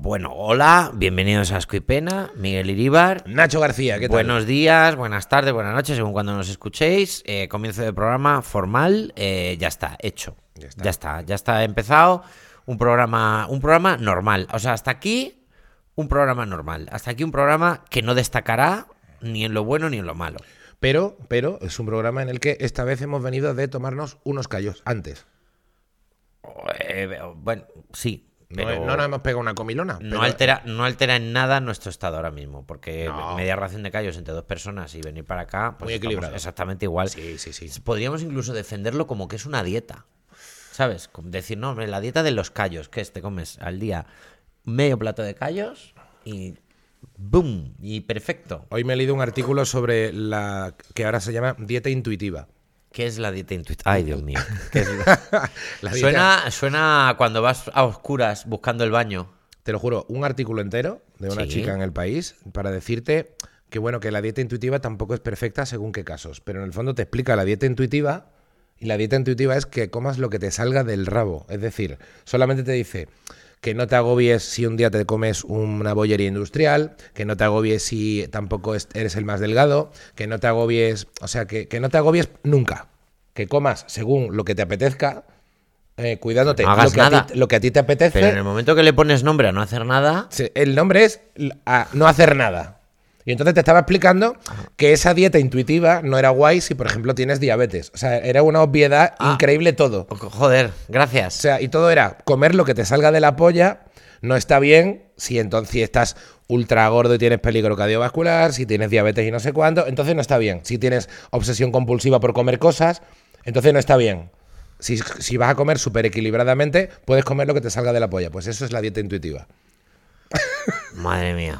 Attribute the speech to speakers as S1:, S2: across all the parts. S1: Bueno, hola, bienvenidos a Escuipena, Miguel Iríbar.
S2: Nacho García, ¿qué tal?
S1: Buenos días, buenas tardes, buenas noches, según cuando nos escuchéis. Eh, comienzo de programa formal, eh, ya está, hecho. Ya está.
S2: Ya está.
S1: ya está, empezado. Un programa, un programa normal. O sea, hasta aquí un programa normal. Hasta aquí un programa que no destacará ni en lo bueno ni en lo malo.
S2: Pero, pero es un programa en el que esta vez hemos venido de tomarnos unos callos antes.
S1: O, eh, bueno, sí.
S2: No,
S1: pero-
S2: no nos hemos pegado una comilona.
S1: No
S2: pero-
S1: altera, no altera en nada nuestro estado ahora mismo, porque
S2: No.
S1: media ración de callos entre dos personas y venir para acá, pues
S2: Muy
S1: estamos
S2: equilibrado.
S1: exactamente igual.
S2: Sí, sí, sí.
S1: Podríamos incluso defenderlo como que es una dieta, ¿sabes? Como Decir, no, hombre, la dieta de los callos, que es, te comes al día medio plato de callos y ¡boom! Y perfecto.
S2: Hoy me he leído un artículo sobre la que ahora se llama dieta intuitiva.
S1: ¿Qué es la dieta intuitiva? Ay, Dios mío. ¿Qué es la-
S2: La dieta-
S1: suena, suena a cuando vas a oscuras buscando el baño.
S2: te lo juro, un artículo entero de una
S1: Sí.
S2: chica en el país para decirte que bueno, que la dieta intuitiva tampoco es perfecta según qué casos, pero en el fondo te explica la dieta intuitiva y la dieta intuitiva es que comas lo que te salga del rabo, es decir, solamente te dice que no te agobies si un día te comes una bollería industrial, que no te agobies si tampoco es- eres el más delgado, que no te agobies, o sea, que, que no te agobies nunca, que comas según lo que te apetezca, eh, cuidándote
S1: No hagas
S2: lo, que a ti-
S1: nada.
S2: lo que a ti te apetece.
S1: Pero en el momento que le pones nombre a no hacer nada,
S2: Se- El nombre es l- a no hacer nada. Y entonces te estaba explicando que esa dieta intuitiva no era guay si, por ejemplo, tienes diabetes. O sea, era una obviedad
S1: Ah.
S2: increíble todo. O
S1: Joder, gracias.
S2: sea, y todo era comer lo que te salga de la polla, no está bien si entonces si estás ultra gordo y tienes peligro cardiovascular, si tienes diabetes y no sé cuánto, entonces no está bien. Si tienes obsesión compulsiva por comer cosas, entonces no está bien. Si, si vas a comer súper equilibradamente, puedes comer lo que te salga de la polla. Pues eso es la dieta intuitiva.
S1: Madre mía.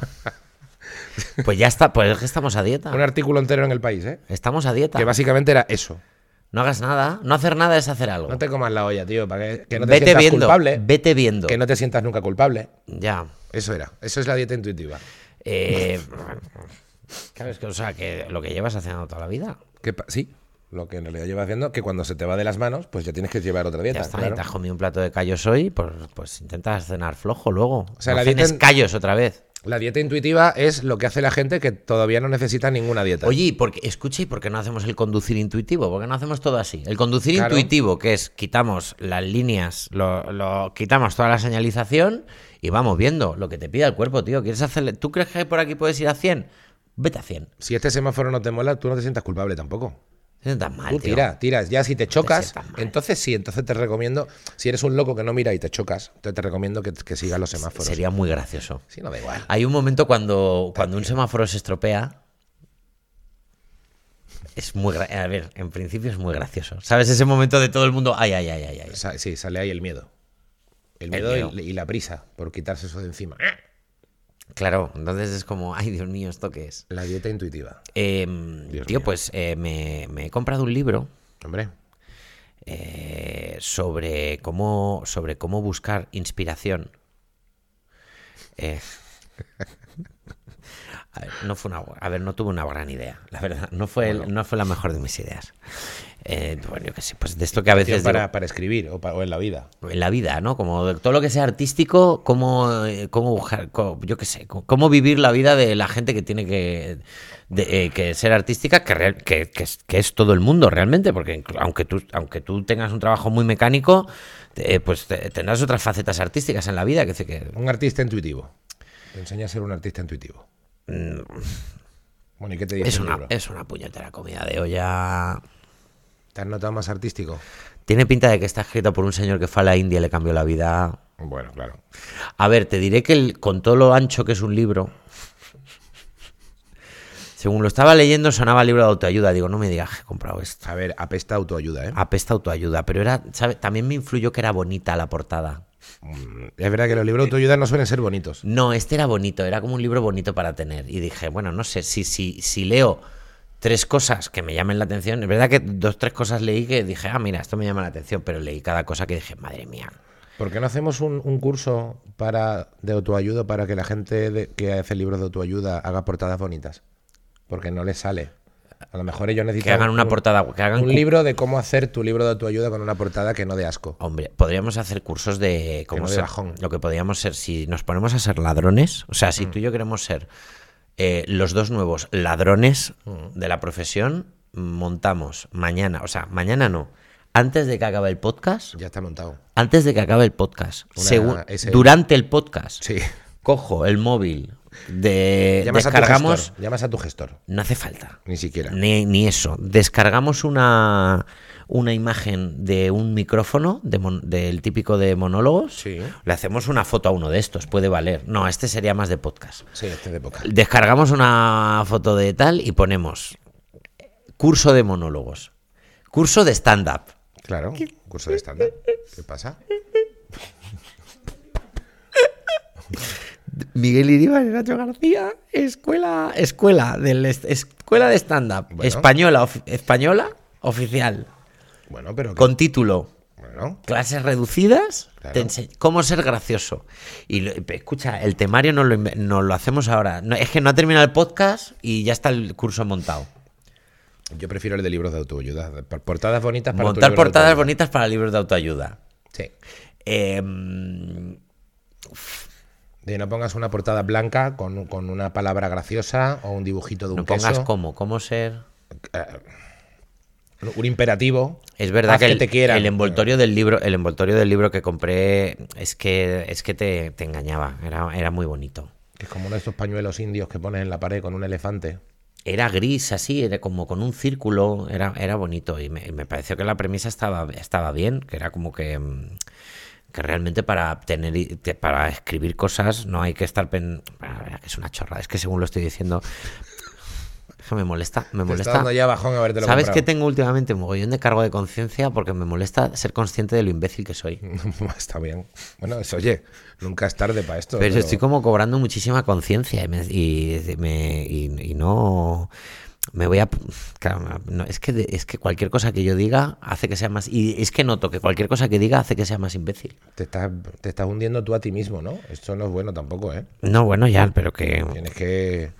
S1: Pues ya está, pues es que estamos a dieta.
S2: Un artículo entero en el país, ¿eh?
S1: Estamos a dieta.
S2: Que básicamente era eso.
S1: No hagas nada. No hacer nada es hacer algo.
S2: No te comas la olla, tío, para que, que no te
S1: vete
S2: sientas
S1: viendo.
S2: culpable.
S1: Vete viendo.
S2: Que no te sientas nunca culpable.
S1: Ya.
S2: Eso era. Eso es la dieta intuitiva.
S1: Eh, claro, es que, o sea, que lo que llevas haciendo toda la vida.
S2: Que pa- sí, lo que en realidad lleva haciendo, que cuando se te va de las manos, pues ya tienes que llevar otra
S1: Ya
S2: dieta.
S1: está,
S2: claro.
S1: y te has comido un plato de callos hoy, pues, pues intentas cenar flojo luego. O sea,
S2: sea,
S1: no
S2: la dieta
S1: cenes
S2: en-
S1: callos otra vez.
S2: La dieta intuitiva es lo que hace la gente que todavía no necesita ninguna dieta.
S1: Oye, ¿y por qué- escucha, ¿y por qué no hacemos el conducir intuitivo? ¿Por qué no hacemos todo así? El conducir
S2: Claro.
S1: intuitivo, que es quitamos las líneas, lo, lo- quitamos toda la señalización y vamos viendo lo que te pida el cuerpo, tío. ¿Quieres hacerle, ¿Tú crees que por aquí puedes ir a 100? Vete a 100.
S2: Si este semáforo no te mola, tú no te sientas culpable tampoco.
S1: No tan mal,
S2: Tú
S1: Ah, tío.
S2: tira, tiras. Ya si te chocas,
S1: sientas mal.
S2: entonces sí, entonces te recomiendo, si eres un loco que no mira y te chocas, entonces te recomiendo que, que sigas los semáforos.
S1: Sería muy gracioso.
S2: Sí, no da igual.
S1: Hay un momento cuando, cuando un semáforo se estropea. Es muy. gra- A ver, en principio es muy gracioso. ¿Sabes? Ese momento de todo el mundo. Ay, ay, ay, ay, ay.
S2: Sa- sí, sale ahí el miedo. El
S1: El
S2: miedo, y-
S1: miedo.
S2: Y, la prisa por quitarse eso de encima.
S1: Claro, entonces es como. Ay, Dios mío, ¿esto qué es?
S2: La dieta intuitiva.
S1: Eh,
S2: Dios
S1: tío,
S2: mío.
S1: pues eh, me, me he comprado un libro
S2: Hombre,
S1: eh, sobre cómo sobre cómo buscar inspiración. Eh, a ver, no fue una, bu- a ver, no tuve una gran idea, la verdad. No fue, el- no fue la mejor de mis ideas. Eh, bueno, yo qué sé, pues de esto que a
S2: Tío,
S1: veces digo,
S2: para, para escribir o, pa- o en la vida.
S1: en la vida, ¿no? Como de- todo lo que sea artístico, cómo, eh, cómo buscar, co- yo qué sé, co- cómo vivir la vida de la gente que tiene que, de, eh, que ser artística, que, real- que, que es, que es todo el mundo realmente, porque inclu- aunque tú, aunque tú tengas un trabajo muy mecánico, eh, pues te- tendrás otras facetas artísticas en la vida, que, dice que
S2: Un artista intuitivo. Te enseña a ser un artista intuitivo. Bueno, ¿y qué te dice
S1: Mm. es
S2: el
S1: una,
S2: libro?
S1: es una puñetera comida de olla.
S2: ¿Te has notado más artístico?
S1: Tiene pinta de que está escrito por un señor que fue a la India y le cambió la vida.
S2: Bueno, claro.
S1: A ver, te diré que el- con todo lo ancho que es un libro, según lo estaba leyendo, sonaba libro de autoayuda. Digo, no me digas que he comprado esto.
S2: A ver, apesta autoayuda, ¿eh?
S1: Apesta autoayuda, pero era, ¿sabe? también me influyó que era bonita la portada.
S2: Mm, Es verdad que los
S1: Eh.
S2: libros de autoayuda no suelen ser bonitos.
S1: No, este era bonito, era como un libro bonito para tener. Y dije, bueno, no sé, si, si, si leo tres cosas que me llamen la atención, es verdad que dos, tres cosas leí que dije, ah, mira, esto me llama la atención, pero leí cada cosa que dije, madre mía.
S2: ¿Por qué no hacemos un, un curso para, de autoayuda para que la gente de- que hace libros de autoayuda haga portadas bonitas? Porque no les sale. A lo mejor ellos necesitan
S1: Que hagan una
S2: un-
S1: portada, que hagan
S2: un
S1: cu-
S2: libro de cómo hacer tu libro de autoayuda con una portada que no dé asco.
S1: Hombre, podríamos hacer cursos de cómo
S2: no de
S1: ser-
S2: bajón.
S1: Lo que podríamos ser, si nos ponemos a ser ladrones, o sea, si
S2: Mm.
S1: tú y yo queremos ser eh, los dos nuevos ladrones
S2: Mm.
S1: de la profesión, montamos mañana, o sea, mañana no, antes de que acabe el podcast,
S2: Ya está montado.
S1: antes de que acabe el podcast,
S2: Una
S1: según-
S2: SL.
S1: durante el podcast,
S2: Sí.
S1: cojo el móvil, de,
S2: Llamas a, tu
S1: Eh, descargamos,
S2: gestor, llamas a tu gestor.
S1: no hace falta.
S2: Ni siquiera.
S1: Ni, ni eso. Descargamos una, una imagen de un micrófono, de mon- del típico de monólogos.
S2: Sí.
S1: Le hacemos una foto a uno de estos, puede valer. No, este sería más de podcast.
S2: Sí, este de boca.
S1: Descargamos una foto de tal y ponemos curso de monólogos, curso de stand-up.
S2: Claro. un Curso de estándar. ¿Qué pasa?
S1: Miguel Iribar y Nacho García, escuela, escuela, del, est- escuela de stand-up
S2: Bueno.
S1: española, ofi- española oficial,
S2: Bueno, pero. que-
S1: con título
S2: Bueno,
S1: clases reducidas,
S2: Claro.
S1: te ense- cómo ser gracioso. Y lo- escucha, el temario nos lo, inve- nos lo hacemos ahora. No, es que no ha terminado el podcast y ya está el curso montado.
S2: yo prefiero el de libros de autoayuda. de- por- Portadas bonitas para tu
S1: Montar
S2: libro de
S1: portadas
S2: autoayuda.
S1: bonitas para libros de autoayuda.
S2: Sí.
S1: Eh,
S2: De no pongas una portada blanca con, con una palabra graciosa o un dibujito de un
S1: no pongas
S2: queso.
S1: cómo, cómo ser.
S2: Un imperativo.
S1: Es verdad
S2: Haz
S1: que, el,
S2: te quieran.
S1: el envoltorio del libro, el envoltorio del libro que compré es que es que te, te engañaba. Era, era muy bonito.
S2: Que es como uno de estos pañuelos indios que pones en la pared con un elefante.
S1: Era gris así, era como con un círculo, era, era bonito y me, y me pareció que la premisa estaba, estaba bien, que era como que, mm, que realmente para tener i- te- para escribir cosas no hay que estar pen... Bueno, la verdad que es una chorrada, es que según lo estoy diciendo Eso me molesta, me
S2: Te está
S1: molesta.
S2: dando ya bajón habértelo
S1: ¿Sabes que
S2: comprado.
S1: tengo últimamente un mogollón de cargo de conciencia porque me molesta ser consciente de lo imbécil que soy?
S2: Está bien. Bueno, eso, oye, nunca es tarde para esto.
S1: Pero estoy como cobrando muchísima conciencia y, me- y- me- y- y no me voy a claro, no, es que de- es que cualquier cosa que yo diga hace que sea más y es que noto que cualquier cosa que diga hace que sea más imbécil.
S2: Te estás, te estás hundiendo tú a ti mismo, ¿no? Esto no es bueno tampoco, ¿eh?
S1: No, bueno, ya, pero que
S2: Tienes que.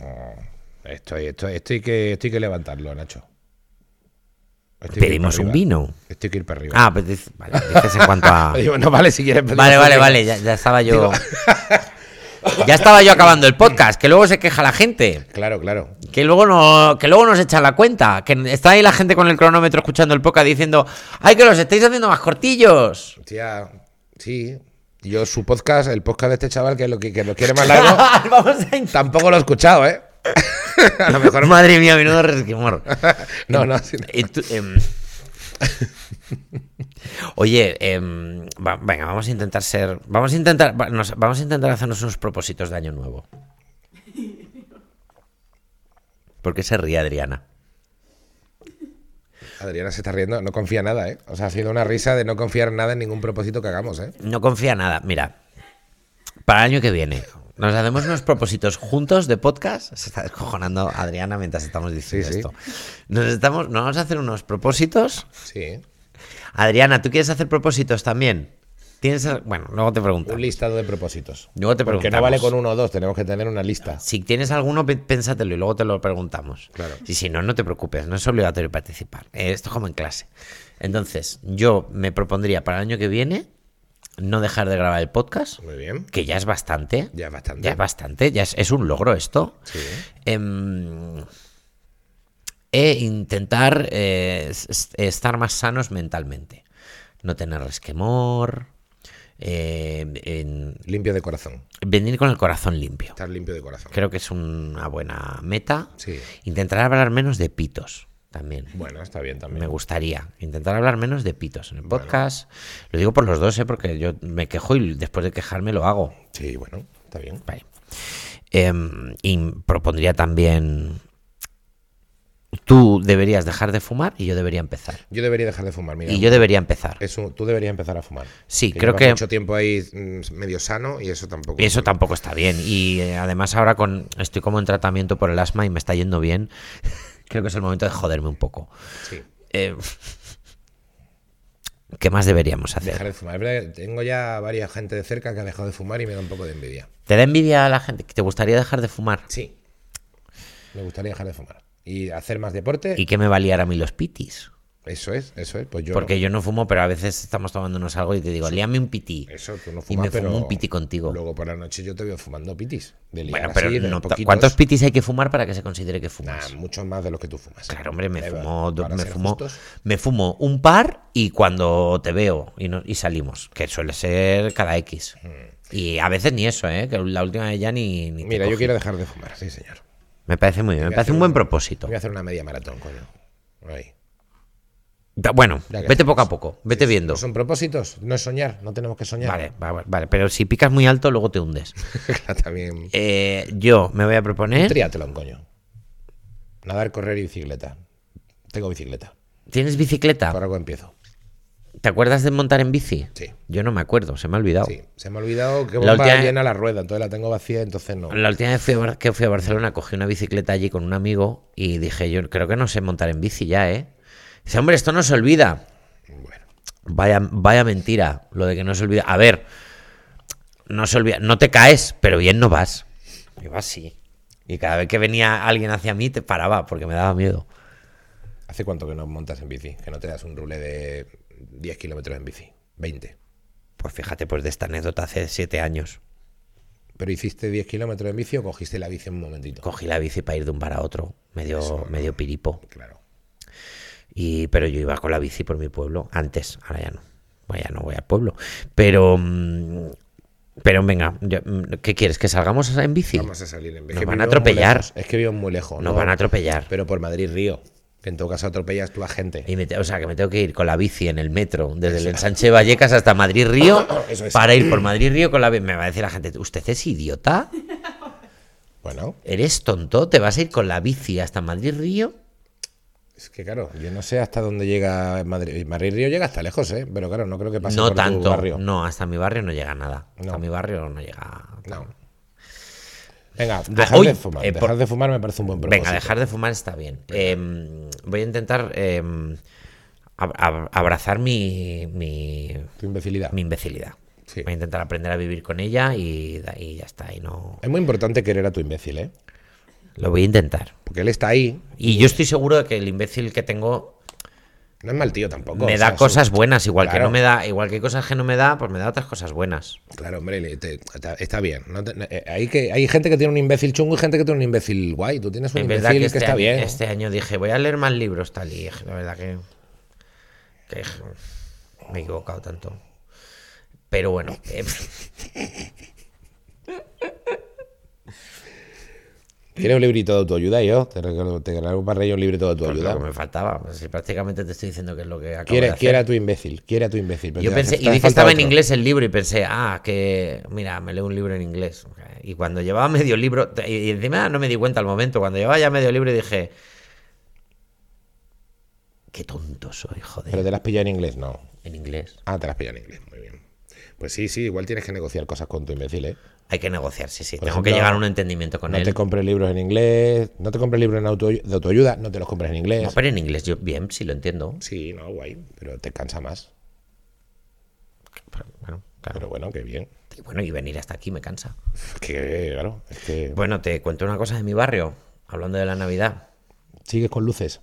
S2: Ah, Esto, esto, esto, hay que, esto hay que levantarlo, Nacho. Esto hay que ir
S1: pedimos
S2: para
S1: un
S2: arriba.
S1: vino.
S2: Esto hay que ir para arriba.
S1: Ah, pues dices, vale, dices en cuanto a
S2: Digo, no vale si quieres. pedir
S1: Vale,
S2: un
S1: vale,
S2: vino.
S1: vale, ya, ya estaba yo Ya estaba yo acabando el podcast, que luego se queja la gente.
S2: Claro, claro.
S1: Que luego, no, que luego nos echan la cuenta. Que está ahí la gente con el cronómetro escuchando el podcast diciendo: ¡Ay, que los estáis haciendo más cortillos!
S2: Hostia, sí. Yo, su podcast, el podcast de este chaval que lo, que, que lo quiere más largo,
S1: Ah, Vamos a int-
S2: tampoco lo he escuchado, ¿eh? a lo mejor.
S1: Madre mía, menudo resquemor.
S2: No, no. sí, no.
S1: Y tú, em, Oye, em, va- venga, vamos a intentar ser. Vamos a intentar, va- nos- vamos a intentar hacernos unos propósitos de año nuevo. ¿Por qué se ríe Adriana?
S2: Adriana se está riendo, no confía nada, ¿eh? O sea, ha sido una risa de no confiar nada en ningún propósito que hagamos, ¿eh?
S1: No confía nada. Mira, para el año que viene, nos hacemos unos propósitos juntos de podcast. Se está descojonando Adriana mientras estamos diciendo
S2: Sí, sí.
S1: esto. Nos estamos, nos vamos a hacer unos propósitos.
S2: Sí.
S1: Adriana, ¿tú quieres hacer propósitos también? Tienes, bueno, luego te pregunto.
S2: Un listado de propósitos.
S1: Luego te
S2: Porque no
S1: preguntamos.
S2: vale con uno o dos, tenemos que tener una lista.
S1: Si tienes alguno, pe- pénsatelo y luego te lo preguntamos.
S2: Claro.
S1: Y si no, no te preocupes, no es obligatorio participar. Eh, Esto es como en clase. Entonces, yo me propondría para el año que viene no dejar de grabar el podcast,
S2: Muy bien.
S1: que ya es bastante.
S2: Ya es bastante.
S1: Ya es bastante, ya es, es un logro esto.
S2: Sí.
S1: Em, e intentar eh, s- s- estar más sanos mentalmente. No tener resquemor. eh, en-
S2: Limpio de corazón.
S1: venir con el corazón limpio.
S2: Estar limpio de corazón.
S1: Creo que es una buena meta.
S2: Sí.
S1: Intentar hablar menos de pitos también.
S2: Bueno, está bien
S1: Me
S2: también.
S1: gustaría intentar hablar menos de pitos en el podcast. Lo digo por los dos, ¿eh? porque yo me quejo y después de quejarme lo hago.
S2: Sí, bueno, está bien.
S1: Vale. Em, y propondría también. Tú deberías dejar de fumar y yo debería empezar.
S2: Yo debería dejar de fumar, mira.
S1: Y yo debería empezar.
S2: Eso, tú deberías empezar a fumar.
S1: Sí, creo
S2: llevas
S1: que-
S2: mucho tiempo ahí mm, medio sano y eso tampoco.
S1: Eso tampoco está bien. Y eh, además ahora con estoy como en tratamiento por el asma y me está yendo bien. Creo que es el momento de joderme un poco.
S2: Sí.
S1: Eh, ¿Qué más deberíamos hacer?
S2: Dejar de fumar. Es verdad que tengo ya varias gente de cerca que ha dejado de fumar y me da un poco de envidia.
S1: ¿Te da envidia a la gente? ¿Te gustaría dejar de fumar?
S2: Sí. Me gustaría dejar de fumar. y hacer más deporte.
S1: ¿Y qué me va a liar a mí los pitis?
S2: Eso es, eso es. Pues yo.
S1: Porque yo no fumo, pero a veces estamos tomándonos algo y te digo, líame un piti.
S2: Eso, tú no fumas,
S1: Y me
S2: pero
S1: fumo un piti contigo.
S2: Luego por la noche yo te veo fumando pitis. De liar
S1: Bueno, pero
S2: así, de
S1: no-
S2: poquitos.
S1: ¿cuántos pitis hay que fumar para que se considere que fumas?
S2: Nah, muchos más de los que tú fumas.
S1: Claro, hombre, me
S2: Eh,
S1: fumo, do-
S2: para
S1: me
S2: ser
S1: fumo,
S2: justos.
S1: me fumo un par y cuando te veo y, no- y salimos, que suele ser cada X.
S2: Hmm.
S1: Y a veces ni eso, ¿eh? Que la última vez ya ni... ni te
S2: Mira,
S1: cogí.
S2: yo quiero dejar de fumar, sí, señor.
S1: Me parece muy bien, me
S2: Voy a
S1: parece
S2: hacer
S1: un buen propósito.
S2: Voy a hacer una media maratón, coño. Ahí.
S1: Da- Bueno,
S2: Ya que
S1: vete
S2: estamos.
S1: poco a poco, vete viendo.
S2: Son propósitos, no es soñar, no tenemos que soñar.
S1: Vale, vale, vale, pero si picas muy alto luego te hundes.
S2: Claro, También.
S1: Eh, yo me voy a proponer...
S2: Triatlón, coño. Nadar, correr y bicicleta. Tengo bicicleta.
S1: ¿Tienes bicicleta?
S2: Por algo empiezo.
S1: ¿Te acuerdas de montar en bici?
S2: Sí.
S1: Yo no me acuerdo, se me ha olvidado.
S2: Sí, se me ha olvidado que
S1: Oh. La
S2: bomba
S1: última-
S2: llena la rueda, entonces la tengo vacía, entonces no.
S1: La última vez fui a Bar- que fui a Barcelona cogí una bicicleta allí con un amigo y dije, yo creo que no sé montar en bici ya, ¿eh? Dice, hombre, esto no se olvida.
S2: Bueno,
S1: Vaya, vaya mentira, lo de que no se olvida. A ver, no se olvida, no te caes, pero bien no vas. Y vas así. Y cada vez que venía alguien hacia mí te paraba porque me daba miedo.
S2: ¿hace cuánto que no montas en bici? Que no te das un rule de 10 kilómetros en bici, 20.
S1: Pues fíjate, pues de esta anécdota hace siete años.
S2: ¿Pero hiciste 10 kilómetros en bici o cogiste la bici en un momentito?
S1: Cogí la bici para ir de un bar a otro, medio, medio piripo.
S2: Claro.
S1: Y, pero yo iba con la bici por mi pueblo antes, ahora ya no. Bueno, ya no voy al pueblo. Pero, mm, pero venga, yo, mm, ¿qué quieres? ¿Que salgamos en bici?
S2: Vamos a salir en bici.
S1: Nos
S2: Es que
S1: van a
S2: vivimos muy
S1: atropellar.
S2: lejos, Es que vivo muy lejos.
S1: Nos van a atropellar.
S2: Pero por Madrid-Río, que en todo caso atropellas tú a gente.
S1: Y me te- o sea, que me tengo que ir con la bici en el metro, desde el ensanche de Vallecas hasta Madrid Río,
S2: Eso es.
S1: para ir por Madrid Río con la bici. Me va a decir la gente, ¿usted es idiota?
S2: Bueno,
S1: ¿Eres tonto? ¿Te vas a ir con la bici hasta Madrid Río?
S2: es que claro, yo no sé hasta dónde llega Madrid. Madrid-Río llega hasta lejos, ¿eh? Pero claro, no creo que pase
S1: No
S2: por tu
S1: tanto.
S2: barrio.
S1: No, hasta mi barrio no llega nada. Hasta
S2: No.
S1: mi barrio no llega.
S2: No. Venga, dejar
S1: hoy,
S2: de fumar.
S1: eh,
S2: dejar
S1: por-
S2: de fumar me parece un buen propósito.
S1: Venga, dejar de fumar está bien. Em, voy a intentar em, ab- ab- abrazar mi, mi,
S2: Tu imbecilidad.
S1: mi imbecilidad.
S2: Sí.
S1: Voy a intentar aprender a vivir con ella y, da- y ya está. Y no...
S2: Es muy importante querer a tu imbécil, ¿eh?
S1: Lo voy a intentar.
S2: Porque él está ahí.
S1: Y yo estoy seguro de que el imbécil que tengo
S2: No es mal tío tampoco.
S1: me
S2: o
S1: da
S2: sea,
S1: cosas buenas, igual que
S2: Claro.
S1: no me da, igual que hay cosas que no me da, pues me da otras cosas buenas.
S2: su- Claro, hombre, le- te- te- está bien. No te- eh, hay, que, hay gente que tiene un imbécil chungo y gente que tiene un imbécil guay. Tú tienes un
S1: En verdad
S2: imbécil
S1: que,
S2: que,
S1: este,
S2: está
S1: año,
S2: bien.
S1: este año dije, voy a leer más libros, tal, y la verdad que, que me he equivocado tanto. Pero bueno, eh,
S2: ¿Quieres un librito de autoayuda? Yo te regalo, te regalo para ello un librito de
S1: pues
S2: autoayuda.
S1: lo que me faltaba. Pues si prácticamente te estoy diciendo que es lo que acabo de
S2: Quiere,
S1: hacer.
S2: quiere a tu imbécil. Quiere a tu imbécil. pero
S1: Yo
S2: te
S1: pensé, y
S2: hace- te
S1: vi
S2: hace
S1: que
S2: falta
S1: estaba en
S2: otro.
S1: inglés el libro y pensé, ah, que mira, me leo un libro en inglés. Y cuando llevaba medio libro, y- y encima no me di cuenta al momento, cuando llevaba ya medio libro dije, qué tonto soy,
S2: Pero
S1: joder,
S2: te las pillado en inglés, no.
S1: en inglés.
S2: Ah, te las pillado en inglés. Muy bien. Pues sí, sí, igual tienes que negociar cosas con tu imbécil, ¿eh?
S1: Hay que negociar, sí, sí.
S2: Por
S1: Tengo que
S2: ejemplo,
S1: llegar a un entendimiento con
S2: No
S1: él.
S2: te compres libros en inglés, no te compres libros en auto- de autoayuda, no te los compres en inglés.
S1: No, pero en inglés yo bien, sí lo entiendo.
S2: Sí, no, guay, pero te cansa más.
S1: Pero, bueno, claro.
S2: Pero bueno, qué bien.
S1: Y bueno, y venir hasta aquí me cansa.
S2: Es que, claro, es que...
S1: Bueno, te cuento una cosa de mi barrio, hablando de la Navidad.
S2: ¿Sigues con luces?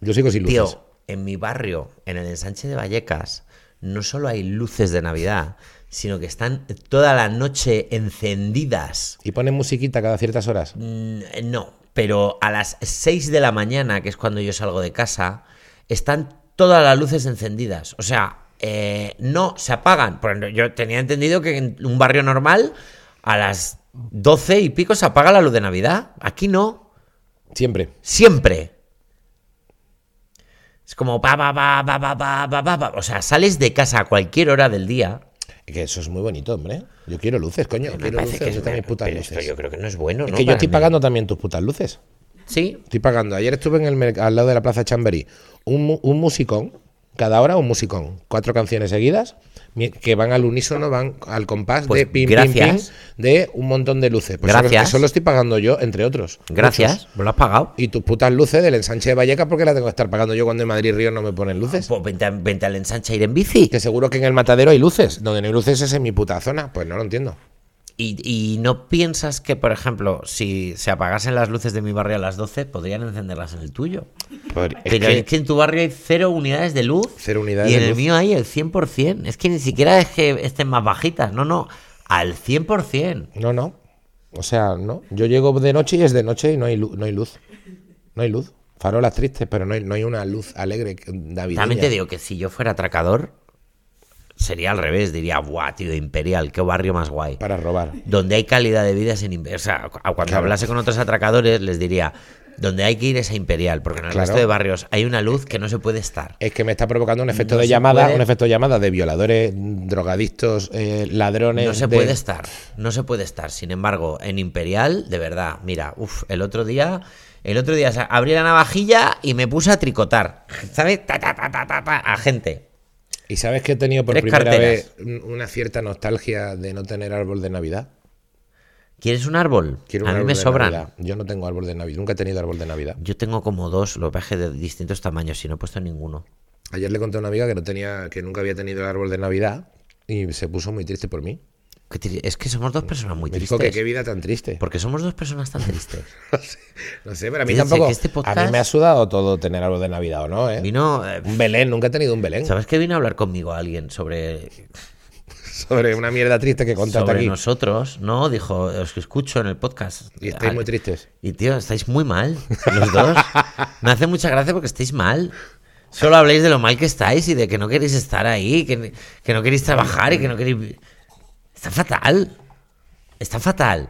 S2: Yo sigo sin luces.
S1: Tío, en mi barrio, en el ensanche de Vallecas, no solo hay luces de Navidad, sino que están toda la noche encendidas.
S2: ¿Y pones musiquita cada ciertas horas?
S1: Mm, No, pero a las 6 de la mañana, que es cuando yo salgo de casa, están todas las luces encendidas. O sea, eh, no se apagan. Por ejemplo, yo tenía entendido que en un barrio normal a las 12 y pico se apaga la luz de Navidad. Aquí no.
S2: Siempre.
S1: Siempre. Es como pa, pa, pa, pa, pa, pa, pa, pa, pa. O sea, sales de casa a cualquier hora del día.
S2: Es que eso es muy bonito, hombre. Yo quiero luces, coño.
S1: Me
S2: quiero
S1: parece
S2: luces,
S1: que es
S2: yo también
S1: una-
S2: putas
S1: pero
S2: luces.
S1: esto yo creo que no es bueno,
S2: Es
S1: ¿no?
S2: que yo
S1: Para
S2: estoy
S1: mí.
S2: pagando también tus putas luces.
S1: Sí.
S2: Estoy pagando. Ayer estuve en el mer- al lado de la Plaza Chamberí. Un, mu- un musicón, cada hora un musicón. Cuatro canciones seguidas mi- que van al unísono, van al compás
S1: Pues
S2: de pim, pim, pim,
S1: gracias.
S2: de un montón de luces. Pues eso-
S1: Gracias.
S2: Eso lo estoy pagando yo, entre otros.
S1: Gracias.
S2: Muchos.
S1: ¿Me lo has pagado?
S2: Y tus putas luces del ensanche de Vallecas, porque las tengo que estar pagando yo cuando en Madrid Río no me ponen luces?
S1: Pues vente, a- vente al ensanche a ir en bici.
S2: Que seguro que en el matadero hay luces. Donde Pues no hay luces es en mi puta zona. Pues no lo entiendo.
S1: Y, y no piensas que, por ejemplo, si se apagasen las luces de mi barrio a las 12, podrían encenderlas en el tuyo.
S2: Por- es
S1: Pero
S2: que-
S1: Pues es que en tu barrio hay cero unidades de luz.
S2: Cero unidades
S1: Y en
S2: de
S1: el
S2: luz.
S1: mío hay el 100%. Es que ni siquiera es que estén más bajitas. No, no. Al 100%.
S2: No, no. O sea, no. Yo llego de noche y es de noche y no hay, lu- no hay luz. No hay luz. Farolas tristes, pero no hay, no hay una luz alegre que- navideña.
S1: También te digo que si yo fuera atracador, sería al revés. Diría, guau, tío, Imperial, qué barrio más guay.
S2: Para robar.
S1: Donde hay calidad de vida es en Imperial. O sea, cu- cuando
S2: Claro.
S1: hablase con otros atracadores, les diría, donde hay que ir es a Imperial, porque en el
S2: Claro.
S1: resto de barrios hay una luz que no se puede estar.
S2: Es que me está provocando un efecto
S1: No
S2: de
S1: se
S2: llamada,
S1: puede-
S2: un efecto de llamada de violadores, drogadictos, eh, ladrones.
S1: No se
S2: de-
S1: puede estar, no se puede estar. Sin embargo, en Imperial, de verdad, mira, uff, el otro día, el otro día o sea, abrí la navajilla y me puse a tricotar, ¿sabes? Ta, ta, ta, ta, ta, ta, a gente.
S2: ¿Y sabes que he tenido por
S1: Tres
S2: primera
S1: carteras.
S2: vez un- una cierta nostalgia de no tener árbol de Navidad?
S1: ¿Quieres un árbol?
S2: Quiero un
S1: a mí
S2: árbol
S1: me
S2: de
S1: sobran.
S2: Navidad. Yo no tengo árbol de Navidad, nunca he tenido árbol de Navidad.
S1: Yo tengo como dos, lo que pasa es que de distintos tamaños y no he puesto ninguno.
S2: Ayer le conté a una amiga que no tenía, que nunca había tenido el árbol de Navidad y se puso muy triste por mí.
S1: Qué tri- Es que somos dos personas muy
S2: Me dijo que
S1: tristes.
S2: qué vida tan triste.
S1: Porque somos dos personas tan tristes.
S2: No sé, no sé, pero a mí
S1: Fíjense
S2: tampoco.
S1: que este podcast-
S2: A mí me ha sudado todo tener árbol de Navidad o no, ¿eh?
S1: Vino, eh,
S2: Un Belén, nunca he tenido un Belén.
S1: ¿sabes que vino a hablar conmigo alguien sobre
S2: Sobre una mierda triste que contaste
S1: sobre
S2: aquí.
S1: nosotros, ¿no? Dijo, os escucho en el podcast.
S2: Y estáis
S1: Al-
S2: muy tristes.
S1: Y tío, estáis muy mal, los dos. Me hace mucha gracia porque estáis mal. Solo habléis de lo mal que estáis y de que no queréis estar ahí, que, que no queréis trabajar y que no queréis... vi- Está fatal. Está fatal.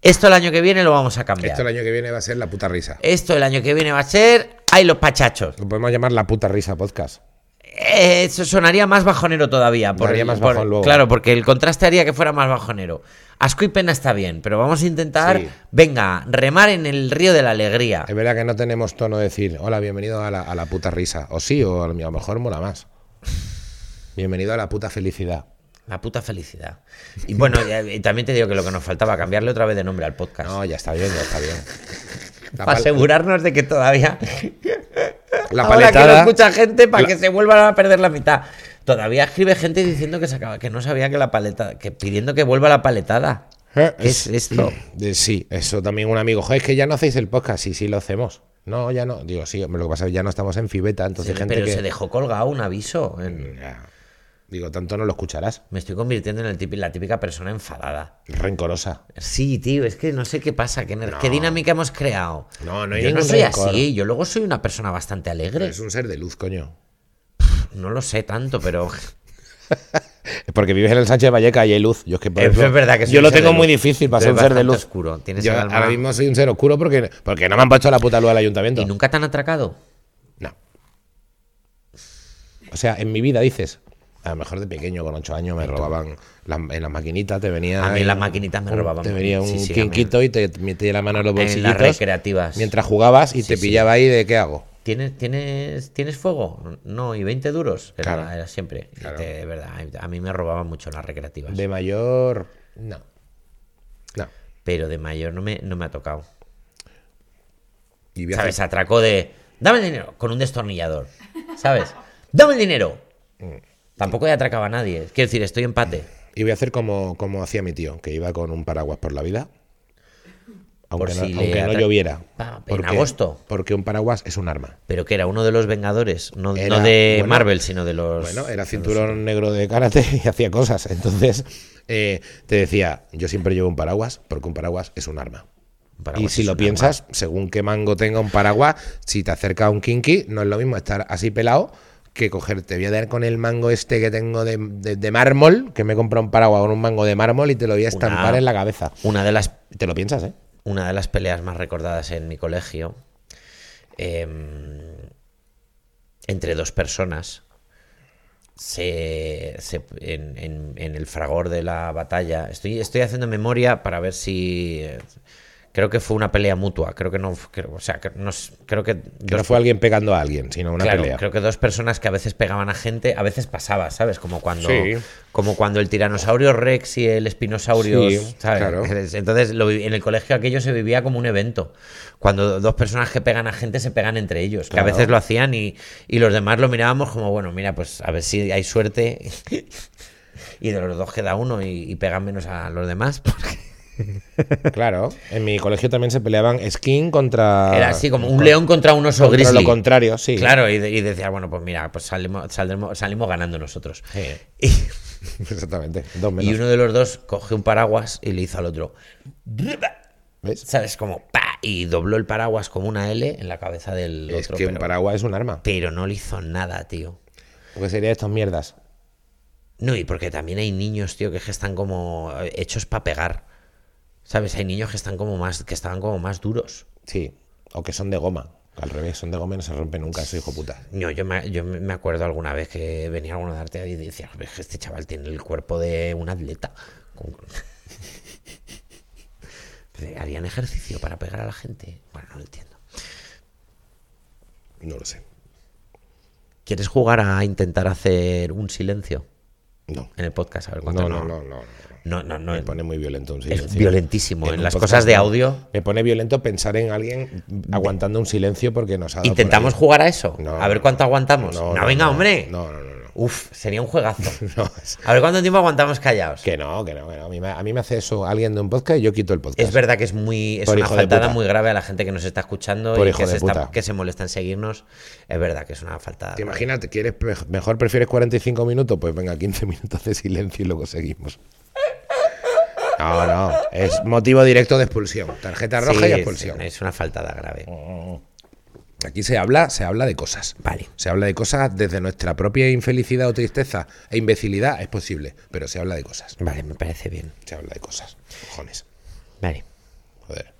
S1: Esto el año que viene lo vamos a cambiar.
S2: Esto el año que viene va a ser la puta risa.
S1: Esto el año que viene va a ser... ¡Ay, los pachachos!
S2: Lo podemos llamar la puta risa podcast.
S1: Eh, Eso sonaría más bajonero todavía. Por
S2: Daría
S1: el-
S2: más
S1: por-
S2: bajón luego.
S1: Claro, porque el contraste haría que fuera más bajonero. Asco y pena está bien, pero vamos a intentar,
S2: Sí.
S1: venga, remar en el río de la alegría.
S2: Es verdad que no tenemos tono de decir, hola, bienvenido a la, a la puta risa. O sí, o a lo a lo mejor mola más. Bienvenido a la puta felicidad.
S1: La puta felicidad. Y bueno, y- y también te digo que lo que nos faltaba, cambiarle otra vez de nombre al podcast.
S2: No, ya está bien, ya está bien. La,
S1: para
S2: pal-
S1: asegurarnos de que todavía.
S2: la
S1: ahora que lo
S2: paletada.
S1: escucha gente, para
S2: la-
S1: que se vuelvan a perder la mitad. Todavía escribe gente diciendo que, se acaba- que no sabía que la paleta. que pidiendo que vuelva la paletada.
S2: Eh,
S1: ¿Qué es esto?
S2: Eh, Sí, eso también un amigo. Joder, es que ya no hacéis el podcast. Sí, sí, lo hacemos. No, ya no. Digo, sí, hombre, lo que pasa es que ya no estamos en Fibeta, entonces pues gente
S1: pero
S2: que.
S1: se dejó colgado un aviso. en-
S2: Ya. Digo, tanto no lo escucharás.
S1: Me estoy convirtiendo en el típi- la típica persona enfadada.
S2: Rencorosa.
S1: Sí, tío, es que no sé qué pasa, qué, ener- qué dinámica hemos creado.
S2: No, no hay
S1: yo no
S2: ningún
S1: soy
S2: rencor.
S1: así, yo luego soy una persona bastante alegre.
S2: Es un ser de luz, coño.
S1: No lo sé tanto, pero
S2: Es porque vives en el Sánchez Valleca y hay luz. Yo es que por
S1: Eso
S2: ejemplo,
S1: es verdad que soy
S2: Yo
S1: un
S2: lo
S1: ser
S2: tengo
S1: de
S2: muy
S1: luz.
S2: difícil para
S1: Tú
S2: ser
S1: eres
S2: un ser de
S1: bastante
S2: luz.
S1: oscuro, tienes
S2: Yo
S1: el alma-
S2: ahora mismo soy un ser oscuro porque, porque no me han puesto la puta luz del ayuntamiento.
S1: y nunca tan atracado.
S2: No. O sea, en mi vida dices. A lo mejor de pequeño, con ocho años, me robaban la- en las maquinitas, te venía.
S1: A mí en
S2: el-
S1: las maquinitas me
S2: un-
S1: robaban.
S2: Te venía un
S1: Sí, sí, a mí.
S2: quinquito y te metía la mano en los
S1: En las
S2: bolsillitos.
S1: recreativas.
S2: Mientras jugabas y te
S1: sí.
S2: pillaba ahí de qué hago.
S1: ¿Tienes, tienes, ¿Tienes fuego? No, y 20 duros. Era,
S2: Claro.
S1: era siempre. Y
S2: Claro.
S1: te- de verdad, a mí me robaban mucho en las recreativas.
S2: De mayor. No. No.
S1: Pero de mayor no me, no me ha tocado.
S2: Y voy a
S1: ¿Sabes?
S2: hacer-
S1: Atracó de. Dame el dinero con un destornillador. ¿Sabes? Dame el dinero.
S2: Mm.
S1: Tampoco he atracado a nadie. Quiero decir, estoy empate.
S2: Y voy a hacer como, como hacía mi tío, que iba con un paraguas por la vida. Aunque, no,
S1: si le
S2: aunque no
S1: atra-
S2: lloviera.
S1: Pa- en agosto.
S2: Porque un paraguas es un arma.
S1: Pero que era uno de los Vengadores, no, no
S2: Era-
S1: de
S2: bueno,
S1: Marvel, sino de los.
S2: Bueno, era cinturón negro de karate y hacía cosas. Entonces, eh, te decía, yo siempre llevo un paraguas porque un paraguas es un arma.
S1: Un paraguas
S2: y si
S1: es
S2: lo
S1: un
S2: piensas, según qué mango tenga un paraguas, si te acerca un kinky, no es lo mismo estar así pelado que cogerte. Voy a dar con el mango este que tengo de, de- de mármol, que me he comprado un paraguas con un mango de mármol y te lo voy a estampar en la cabeza.
S1: Una de las
S2: Te lo piensas, ¿eh?
S1: una de las peleas más recordadas en mi colegio em, entre dos personas se, se- en, en- en el fragor de la batalla estoy, estoy haciendo memoria para ver si eh, creo que fue una pelea mutua creo que no creo, o sea que no s- creo que
S2: Que no
S1: dos-
S2: fue alguien pegando a alguien, sino una
S1: Claro,
S2: pelea.
S1: creo que dos personas que a veces pegaban a gente, a veces pasaba, ¿sabes? Como cuando,
S2: Sí.
S1: como cuando el tiranosaurio Rex y el espinosaurio,
S2: Sí,
S1: ¿sabes?
S2: claro.
S1: Entonces, lo vi- en el colegio aquello se vivía como un evento. Cuando dos personas que pegan a gente se pegan entre ellos,
S2: Claro.
S1: que a veces lo hacían y, y los demás lo mirábamos como, bueno, mira, pues a ver si hay suerte y de los dos queda uno y, y pegan menos a los demás. Porque
S2: Claro, en mi colegio también se peleaban skin contra.
S1: era así como un león contra un oso
S2: Ah, contra
S1: grizzly.
S2: lo contrario, sí.
S1: Claro, y, de- y decía, bueno, pues mira, pues salimos, saldremos- salimos ganando nosotros.
S2: Sí.
S1: Y-
S2: Exactamente, dos menos.
S1: Y uno de los dos coge un paraguas y le hizo al otro.
S2: ¿Ves?
S1: ¿Sabes? Como pa y dobló el paraguas como una L en la cabeza del
S2: Es
S1: otro.
S2: que un
S1: pero,
S2: paraguas es un arma.
S1: pero no le hizo nada, tío.
S2: Porque sería estas mierdas.
S1: No, y porque también hay niños, tío, que es que están como eh, hechos para pegar. ¿Sabes? Hay niños que están como más, que estaban como más duros.
S2: Sí. O que son de goma. Al revés, son de goma y no se rompe nunca, soy hijo puta.
S1: No, yo me, yo me acuerdo alguna vez que venía alguno de arte y decía, "Joder, es que este chaval tiene el cuerpo de un atleta. Con- Harían ejercicio para pegar a la gente. Bueno, no lo entiendo.
S2: No lo sé.
S1: ¿Quieres jugar a intentar hacer un silencio
S2: No.
S1: en el podcast? A ver
S2: No,
S1: cuánto
S2: no, no, no. no.
S1: No, no, no,
S2: Me pone muy violento un
S1: es
S2: silencio.
S1: violentísimo.
S2: En
S1: En,
S2: un
S1: las
S2: podcast
S1: cosas de
S2: no.
S1: audio
S2: Me pone violento pensar en alguien aguantando un silencio porque nos ha dado. por
S1: intentamos
S2: ahí.
S1: jugar a eso.
S2: No,
S1: a ver cuánto aguantamos. No,
S2: No, no,
S1: venga,
S2: no.
S1: hombre.
S2: No, no, no. no.
S1: Uf, sería un juegazo.
S2: No, es-
S1: A ver cuánto tiempo aguantamos callados.
S2: que no, que no, que no. A mí, me, a mí me hace eso alguien de un podcast y yo quito el podcast.
S1: Es verdad que es muy es
S2: Por
S1: una
S2: hijo de
S1: faltada
S2: puta.
S1: muy grave a la gente que nos está escuchando
S2: Por
S1: y
S2: hijo
S1: que se,
S2: de
S1: está-
S2: puta.
S1: que se molesta en seguirnos. Es verdad que es una faltada.
S2: Te imaginas, ¿quieres pe- mejor prefieres 45 minutos? Pues venga, 15 minutos de silencio y luego seguimos. No, no, es motivo directo de expulsión. Tarjeta roja y Oh.
S1: Sí,
S2: expulsión.
S1: sí, es una faltada grave.
S2: Aquí se habla, se habla de cosas.
S1: Vale.
S2: Se habla de cosas desde nuestra propia infelicidad o tristeza e imbecilidad, es posible, pero se habla de cosas.
S1: Vale, me parece bien.
S2: Se habla de cosas. Cojones.
S1: Vale.
S2: Joder.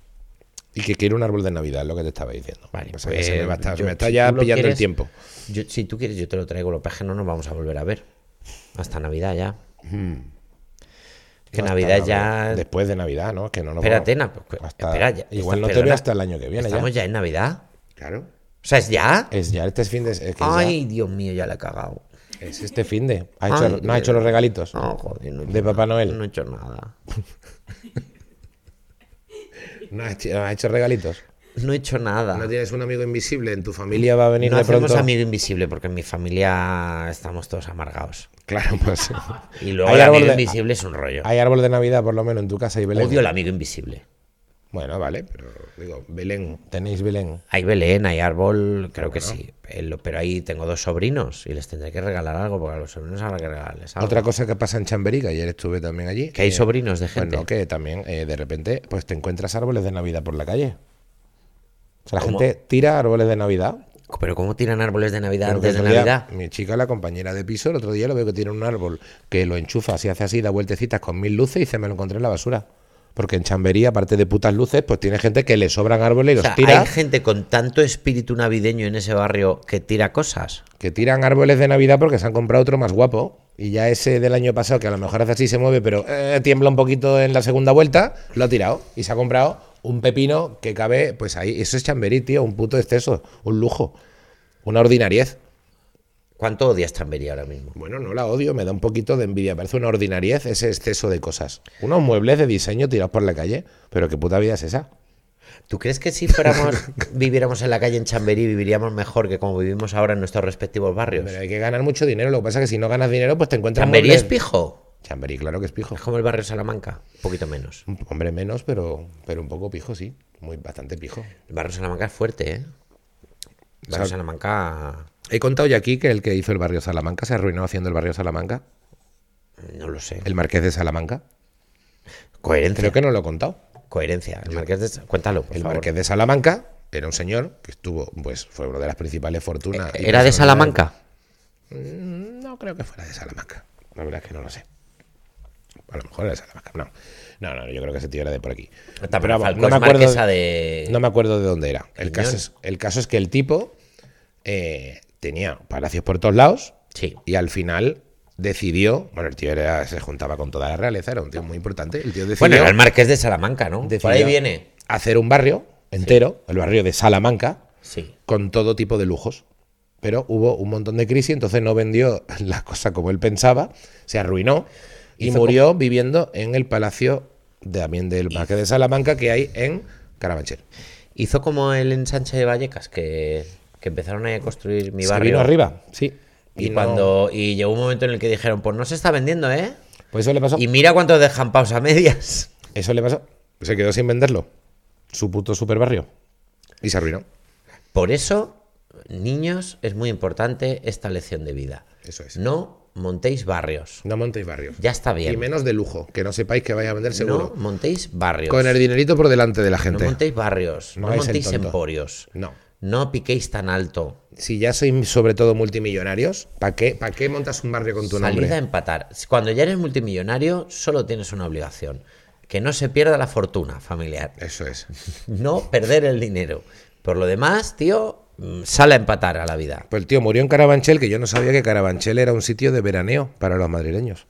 S2: Y que quiero un árbol de Navidad, es lo que te estaba diciendo.
S1: Vale,
S2: O sea, que se
S1: pues,
S2: me, va a estar-
S1: yo-
S2: me está
S1: si
S2: ya
S1: tú lo
S2: pillando el
S1: quieres-
S2: tiempo.
S1: yo- si tú quieres, yo te lo traigo. Lo que pasa es que no nos vamos a volver a ver. Hasta Navidad ya. Que
S2: No, Hmm. hasta
S1: Navidad ya.
S2: Después de Navidad, ¿no? Es que no nos
S1: Espérate,
S2: vamos-
S1: na- pues,
S2: hasta-
S1: espera, ya-
S2: Igual no te
S1: perdona,
S2: veo hasta el año que viene ya.
S1: Estamos ya en Navidad.
S2: Claro.
S1: O sea, es ya.
S2: Es ya este fin de. Es, que es ya-
S1: Ay, Dios mío, ya la he cagado.
S2: es este fin de. Ha
S1: Ay,
S2: hecho, no ha
S1: de-
S2: hecho los regalitos
S1: No, joder, no he hecho
S2: de Papá
S1: nada,
S2: Noel.
S1: No he hecho nada.
S2: No ha, hecho, no ha hecho regalitos.
S1: No he hecho nada.
S2: Ah. No tienes un amigo invisible en tu familia, va a venir
S1: No
S2: de
S1: hacemos
S2: pronto.
S1: amigo invisible porque en mi familia estamos todos amargados.
S2: Claro, pues.
S1: Y luego
S2: Hay
S1: el
S2: árbol
S1: amigo
S2: de-
S1: invisible es un rollo.
S2: Hay árbol de Navidad, por lo menos, en tu casa y Belén.
S1: Odio el amigo invisible.
S2: Bueno, vale, pero digo, Belén. Tenéis Belén.
S1: Hay Belén, hay árbol, creo que sí. El- Pero ahí tengo dos sobrinos y les tendré que regalar algo porque a los sobrinos habrá que regalarles algo.
S2: Otra cosa que pasa en Chamberí, que ayer estuve también allí.
S1: Ah. Que hay
S2: eh,
S1: sobrinos de gente.
S2: Bueno, que también eh, de repente pues te encuentras árboles de Navidad por la calle. O sea, la
S1: ¿Cómo?
S2: gente tira árboles de Navidad.
S1: Pero ¿cómo tiran árboles de Navidad
S2: Creo que
S1: antes de
S2: otro día
S1: Navidad?
S2: Mi chica, la compañera de piso, el otro día lo veo que tiene un árbol que lo enchufa, así hace así, da vueltecitas con mil luces y se me lo encontré en la basura. Porque en Chamberí, aparte de putas luces, pues tiene gente que le sobran árboles y
S1: O
S2: los
S1: sea,
S2: tira.
S1: hay gente con tanto espíritu navideño en ese barrio que tira cosas.
S2: Que tiran árboles de Navidad porque se han comprado otro más guapo. Y ya ese del año pasado, que a lo mejor hace así, se mueve, pero eh, tiembla un poquito en la segunda vuelta, lo ha tirado. Y se ha comprado un pepino que cabe, pues ahí. Eso es chamberí, tío, un puto exceso, un lujo, una ordinariez.
S1: ¿Cuánto odias Chamberí ahora mismo?
S2: Bueno, no la odio, me da un poquito de envidia. Parece una ordinariez ese exceso de cosas. Unos muebles de diseño tirados por la calle, pero qué puta vida es esa.
S1: ¿Tú crees que si fuéramos, viviéramos en la calle en Chamberí, viviríamos mejor que como vivimos ahora en nuestros respectivos barrios?
S2: Pero hay que ganar mucho dinero. Lo que pasa es que si no ganas dinero, pues te encuentras
S1: Chamberí
S2: muebles-
S1: es pijo.
S2: Chamberí, claro que es pijo.
S1: Es como el barrio Salamanca, un poquito menos.
S2: Un Hombre, menos, pero, pero un poco pijo, sí. Muy, bastante pijo.
S1: El barrio Salamanca es fuerte, ¿eh? El barrio Salamanca.
S2: He contado ya aquí que el que hizo el barrio Salamanca se arruinó haciendo el barrio Salamanca.
S1: mm, No lo sé.
S2: El marqués de Salamanca.
S1: Coherencia.
S2: Creo que no lo he contado.
S1: Coherencia. El Marqués de... Cuéntalo, por
S2: El
S1: favor.
S2: marqués de Salamanca era un señor que estuvo, pues fue una de las principales fortunas. y
S1: ¿Era de
S2: personalidades.
S1: Salamanca?
S2: Mm, No creo que fuera de Salamanca. La verdad es que no lo sé. A lo mejor era de Salamanca. No, no, no yo creo que ese tío era de por aquí.
S1: Tampoco
S2: vamos,
S1: Falcó es marquesa de-
S2: no me acuerdo de dónde era. El caso,
S1: Griñón.
S2: es, el caso es que el tipo eh, tenía palacios por todos lados
S1: Sí.
S2: y al final decidió. Bueno, el tío era, se juntaba con toda la realeza, era un tío muy importante. El tío decidió
S1: Bueno, era el Marqués de Salamanca, ¿no? Por ahí
S2: decidió
S1: viene.
S2: hacer un barrio entero, el barrio de Salamanca,
S1: Sí.
S2: con todo tipo de lujos. Pero hubo un montón de crisis, entonces no vendió la cosa como él pensaba, se arruinó y
S1: Hizo
S2: murió viviendo en el palacio de- también del Marqués de Salamanca que hay en Carabanchel.
S1: Hizo como el ensanche de Vallecas, que, que empezaron ahí a construir mi
S2: Se
S1: barrio.
S2: vino arriba, sí.
S1: Y,
S2: no-
S1: cuando y llegó un momento en el que dijeron, pues no se está vendiendo, ¿eh?
S2: Pues eso le pasó.
S1: Y mira cuántos dejan pausa medias.
S2: Eso le pasó. Se quedó sin venderlo. Su puto superbarrio. Y se arruinó.
S1: Por eso, niños, es muy importante esta lección de vida.
S2: Eso es.
S1: No montéis barrios.
S2: No montéis barrios.
S1: Ya está bien.
S2: Y menos de lujo, que no sepáis que vaya a vender seguro.
S1: No montéis barrios.
S2: Con el dinerito por delante de la
S1: no
S2: gente.
S1: montéis barrios.
S2: No
S1: No,
S2: hagáis el
S1: montéis
S2: tonto.
S1: emporios.
S2: No.
S1: No piquéis tan alto.
S2: Si ya sois sobre todo multimillonarios, ¿para qué, ¿para qué montas un barrio con tu nombre?
S1: Salid a empatar. Cuando ya eres multimillonario, solo tienes una obligación. Que no se pierda la fortuna familiar.
S2: Eso es.
S1: No perder el dinero. Por lo demás, tío, mm, sal a empatar a la vida.
S2: Pues el tío murió en Carabanchel, que yo no sabía que Carabanchel era un sitio de veraneo para los madrileños.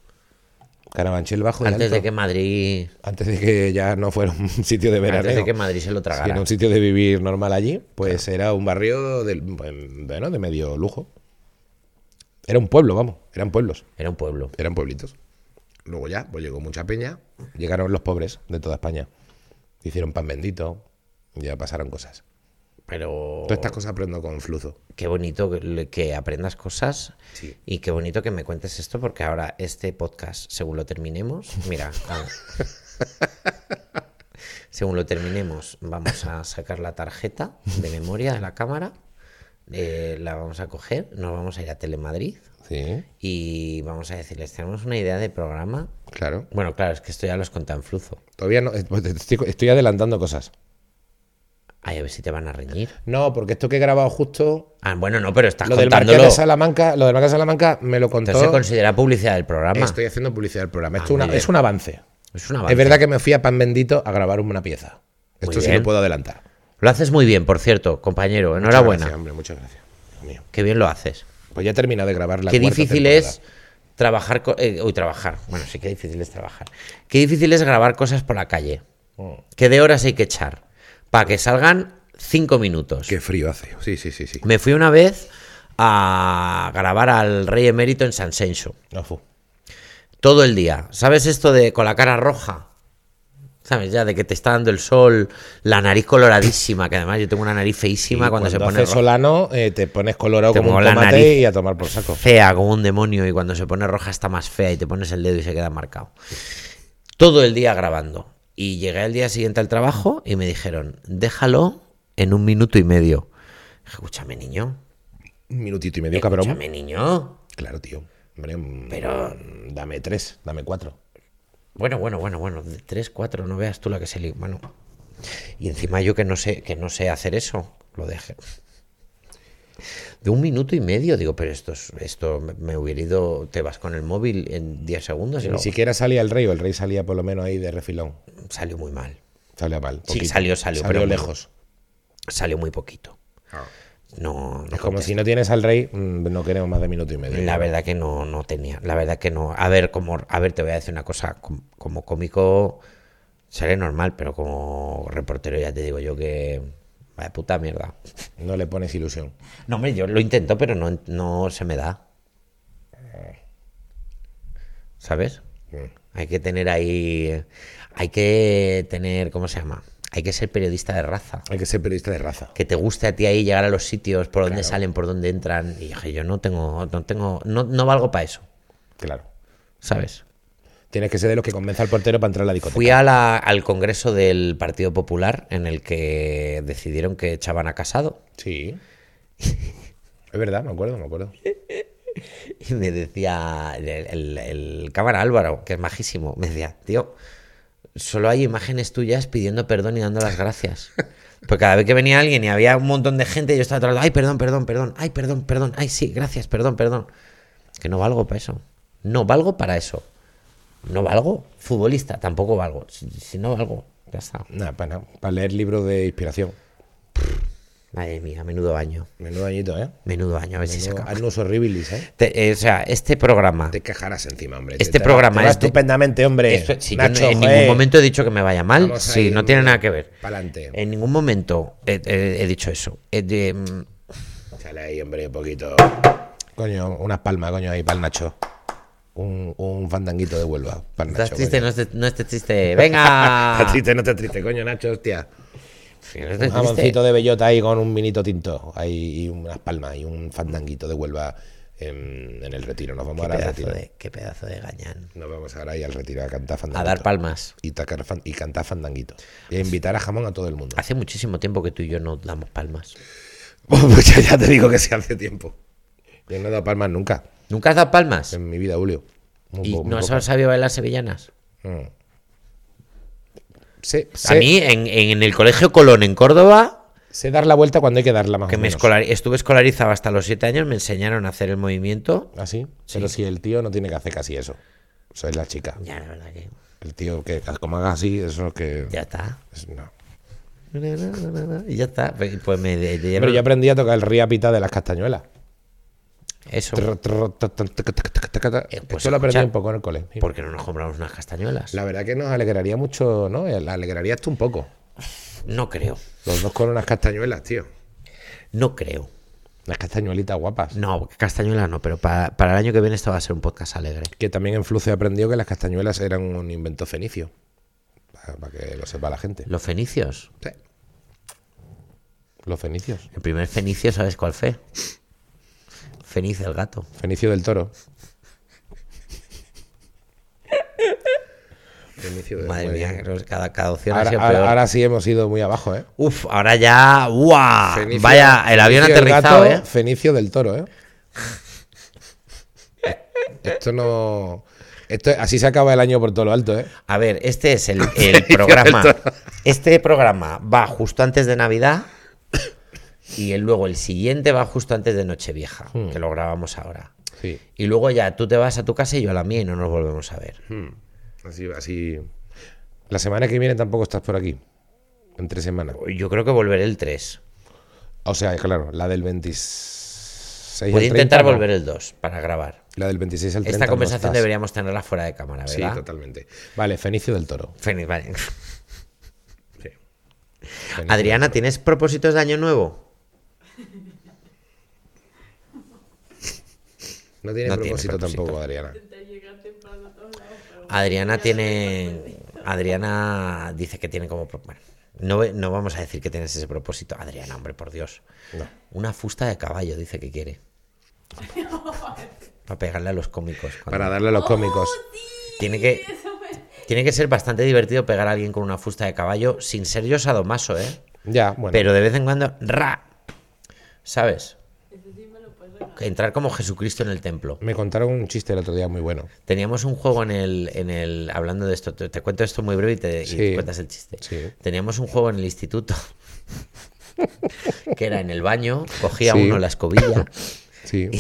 S2: Carabanchel bajo y
S1: Antes de
S2: alto.
S1: que Madrid.
S2: Antes de que ya no fuera un sitio de veraneo.
S1: Antes de que Madrid se lo
S2: Si
S1: tragara.
S2: era un sitio de vivir normal allí, pues era un barrio del, bueno, de medio lujo. Era un pueblo, vamos, eran pueblos,
S1: Era un pueblo.
S2: eran pueblitos. Luego ya, pues llegó mucha peña, llegaron los pobres de toda España. Hicieron pan bendito, ya pasaron cosas.
S1: Pero.
S2: Todas estas cosas aprendo con flujo.
S1: Qué bonito que, le- que aprendas cosas. Y qué bonito que me cuentes esto, porque ahora este podcast, según lo terminemos, mira, ah, según lo terminemos, vamos a sacar la tarjeta de memoria de la cámara, eh, la vamos a coger, nos vamos a ir a Telemadrid
S2: Sí,
S1: y vamos a decirles, tenemos una idea de programa.
S2: claro.
S1: Bueno, claro, es que esto ya los contan en flujo.
S2: Todavía no, pues te estoy, estoy adelantando cosas.
S1: Ay, a ver si te van a reñir.
S2: No, porque esto que he grabado justo,
S1: Ah, bueno, no, pero estás
S2: lo del Marqués
S1: contándolo.
S2: de Salamanca, lo del Marqués de Salamanca me lo contó.
S1: Entonces se considera publicidad del programa.
S2: Estoy haciendo publicidad del programa. Esto
S1: Ah, muy
S2: una-
S1: bien.
S2: es un avance.
S1: Es una
S2: Es verdad que me fui a Pan Bendito a grabar una pieza. Esto sí
S1: bien.
S2: lo puedo adelantar.
S1: Lo haces muy bien, por cierto, compañero.
S2: Muchas
S1: Enhorabuena.
S2: gracias, hombre, muchas gracias. Dios mío.
S1: Qué bien lo haces.
S2: Pues ya he terminado de grabar la
S1: qué
S2: cuarta
S1: difícil
S2: temporada.
S1: es trabajar. co- eh, uy, trabajar. Bueno, sí, qué difícil es trabajar. Qué difícil es grabar cosas por la calle.
S2: Mm.
S1: Qué de horas hay que echar. Para que salgan cinco minutos.
S2: Qué frío hace. Sí, sí, sí, sí.
S1: Me fui una vez a grabar al Rey Emérito en San Senso.
S2: No, Ah, fu.
S1: Todo el día. ¿Sabes esto de con la cara roja? ¿Sabes ya? De que te está dando el sol, la nariz coloradísima, que además yo tengo una nariz feísima
S2: Y
S1: cuando, se pone
S2: hace
S1: roja.
S2: solano, eh, te pones colorado
S1: Te
S2: como un
S1: mola la
S2: tomate
S1: nariz.
S2: y a tomar por saco.
S1: fea como un demonio y cuando se pone roja está más fea y te pones el dedo y se queda marcado. Todo el día grabando. Y llegué al día siguiente al trabajo y me dijeron, déjalo en un minuto y medio. Dije, escúchame, niño.
S2: Un minutito y medio, cabrón.
S1: Escúchame, niño.
S2: Claro, tío. Hombre, pero dame tres, dame cuatro.
S1: Bueno, bueno, bueno, bueno. de Tres, cuatro, no veas tú la que se li... Bueno. Y encima yo que no sé, que no sé hacer eso, lo dejé. De un minuto y medio, digo, pero esto, es- esto me- me hubiera ido, te vas con el móvil en 10 segundos y
S2: Ni
S1: luego-
S2: siquiera salía el rey, o el rey salía por lo menos ahí de refilón.
S1: salió muy mal.
S2: Salía mal.
S1: Sí,
S2: poquito.
S1: salió, salió, pero muy-
S2: lejos.
S1: salió muy poquito. No, no
S2: Es como
S1: conté.
S2: si no tienes al rey, mm, no queremos más de minuto y medio.
S1: la verdad que no, no tenía. La verdad que no. A ver, como, a ver, te voy a decir una cosa. com- Como, cómico seré normal, pero como reportero ya te digo yo que vaya puta mierda.
S2: No le pones ilusión.
S1: No, hombre, yo lo intento, pero no, no se me da. ¿Sabes?
S2: Mm.
S1: Hay que tener ahí. Hay que tener. ¿Cómo se llama? Hay que ser periodista de raza.
S2: Hay que ser periodista de raza.
S1: que te guste a ti ahí llegar a los sitios por donde salen, por donde entran. Y dije, yo no tengo, no tengo, no, no valgo para eso,
S2: Claro.
S1: ¿sabes?
S2: Tienes que ser de los que convence al portero para entrar a la discoteca.
S1: Fui a la- al congreso del Partido Popular en el que decidieron que echaban a Casado.
S2: Sí. es verdad, me acuerdo, me acuerdo.
S1: Y me decía el, el- el cámara Álvaro, que es majísimo, me decía, tío, solo hay imágenes tuyas pidiendo perdón y dando las gracias. Porque cada vez que venía alguien y había un montón de gente, yo estaba atrás, ay, perdón, perdón, perdón, ay, perdón, perdón, ay, sí, gracias, perdón, perdón. Que no valgo para eso. No valgo para eso. No valgo. Futbolista, tampoco valgo. Si, si no valgo, ya está.
S2: Nada, para, nada, para leer libros de inspiración.
S1: Madre mía, menudo año.
S2: Menudo añito, ¿eh?
S1: Menudo año, a ver si se acaba.
S2: Agnus horribilis, ¿eh?
S1: Te- eh, o sea, este programa.
S2: Te quejarás encima, hombre.
S1: Este
S2: Te- te
S1: programa
S2: va- te va
S1: es de-
S2: estupendamente, hombre.
S1: Eso, si yo
S2: Nacho, eh,
S1: no- en
S2: joder.
S1: ningún momento Eh. he dicho que me vaya mal,
S2: Vamos
S1: sí,
S2: ahí,
S1: no tiene nada que ver.
S2: Pa'lante.
S1: En ningún momento he, he- he dicho eso. Eh, de, mm,
S2: Sale ahí, hombre, un poquito. Coño, unas palmas, coño, ahí para el Nacho. Un, un fandanguito de Huelva. Para el
S1: estás
S2: Nacho.
S1: triste,
S2: coño.
S1: no estés, no estés triste. ¡Venga!
S2: Estás triste, no estás triste, coño, Nacho, hostia.
S1: Sí, no estés
S2: Un
S1: triste.
S2: jamoncito de bellota ahí con un vinito tinto. Ahí, y unas palmas y un fandanguito de Huelva en, en el retiro. Nos vamos
S1: Qué
S2: ahora al
S1: pedazo,
S2: retiro.
S1: de, qué pedazo de gañán.
S2: Nos vamos ahora ahí al retiro a cantar
S1: A
S2: fandanguito.
S1: dar palmas.
S2: y, tocar fan- y cantar fandanguito. Y a invitar a jamón a todo el mundo.
S1: Hace muchísimo tiempo que tú y yo no damos palmas.
S2: Pues ya, ya te digo que se hace tiempo. Yo no he dado palmas nunca
S1: ¿Nunca has dado palmas?
S2: en mi vida, Julio. Muy
S1: ¿Y
S2: po- muy
S1: no has
S2: poco.
S1: sabido bailar sevillanas?
S2: Mm. Sé,
S1: A
S2: sé-
S1: mí, en, en el Colegio Colón, en Córdoba,
S2: sé dar la vuelta cuando hay que darla más
S1: que
S2: o
S1: me
S2: menos.
S1: escolar- estuve escolarizado hasta los siete años, me enseñaron a hacer el movimiento.
S2: Así. ¿Ah, Pero si el tío no tiene que hacer casi eso. Eso es la chica.
S1: Ya, la verdad que
S2: El tío que como haga así, eso que.
S1: ya está.
S2: es- no.
S1: Y ya está. Pues pues me de- de-
S2: Pero yo aprendí a tocar el riapita de las castañuelas.
S1: Eso.
S2: Trr, trr, tac, tac, tac, tac, tac, tac, tac.
S1: Eh, pues
S2: Esto lo aprendí
S1: escucha.
S2: un poco en el cole. sí.
S1: ¿Por qué no nos compramos unas castañuelas?
S2: La verdad que nos alegraría mucho, ¿no? Eh, La alegraría esto un poco.
S1: No creo.
S2: Los dos con unas castañuelas, tío.
S1: No creo.
S2: Unas castañuelitas guapas.
S1: No, castañuelas no, pero para, para el año que viene esto va a ser un podcast alegre.
S2: Que también en Fluce aprendió que las castañuelas eran un invento fenicio. Para, que lo sepa la gente.
S1: Los fenicios.
S2: Sí. Los fenicios.
S1: El primer fenicio, ¿sabes cuál fue? Fenicio el gato.
S2: Fenicio del Toro. Fenicio del
S1: Madre
S2: Eh, muy bien.
S1: mía, creo que cada, cada opción ha
S2: Ahora,
S1: sido
S2: ahora-
S1: peor.
S2: ahora sí hemos ido muy abajo, ¿eh?
S1: Uf, ahora ya. ¡Guau!
S2: Fenicio-
S1: Ah, Vaya, el avión
S2: Fenicio del
S1: aterrizado,
S2: gato,
S1: ¿eh?
S2: Fenicio del Toro, ¿eh? Esto no. Esto, así se acaba el año por todo lo alto, ¿eh?
S1: A ver, este es el, el programa. Este programa va justo antes de Navidad y el- luego el siguiente va justo antes de Nochevieja,
S2: Hmm.
S1: que lo grabamos ahora.
S2: Sí.
S1: Y luego ya tú te vas a tu casa y yo a la mía y no nos volvemos a ver.
S2: Así, así. La semana que viene tampoco estás por aquí. Entre semanas.
S1: Yo creo que volveré el 3.
S2: O sea, claro, la del
S1: Voy
S2: 26.
S1: a
S2: al 30,
S1: intentar
S2: no.
S1: volver el 2 para grabar.
S2: La del 26 al 30.
S1: Esta
S2: no
S1: conversación
S2: estás.
S1: deberíamos tenerla fuera de cámara,
S2: Sí,
S1: ¿verdad?
S2: totalmente. Vale, Fenicio del Toro.
S1: Feliz- vale.
S2: Fenicio.
S1: Adriana, ¿tienes propósitos de año nuevo?
S2: No tiene
S1: No tiene
S2: propósito
S1: propósito.
S2: tampoco, Adriana.
S1: Adriana tiene. Adriana dice que tiene como. pro- bueno, no, no vamos a decir que tienes ese propósito. Adriana, hombre, por Dios.
S2: No.
S1: Una fusta de caballo dice que quiere. Para pegarle a los cómicos. cuando-
S2: Para darle a los cómicos.
S1: Tiene que, tiene que ser bastante divertido pegar a alguien con una fusta de caballo sin ser yo sadomaso, ¿eh?
S2: Ya, bueno.
S1: Pero de vez en cuando, ¡ra! ¿Sabes? Entrar como Jesucristo en el templo.
S2: Me contaron un chiste el otro día muy bueno.
S1: Teníamos un juego en el, en el hablando de esto, te, te cuento esto muy breve y te, y
S2: Sí.
S1: te cuentas el chiste.
S2: Sí.
S1: Teníamos un juego en el instituto que era en el baño, cogía
S2: Sí.
S1: uno la escobilla
S2: Sí.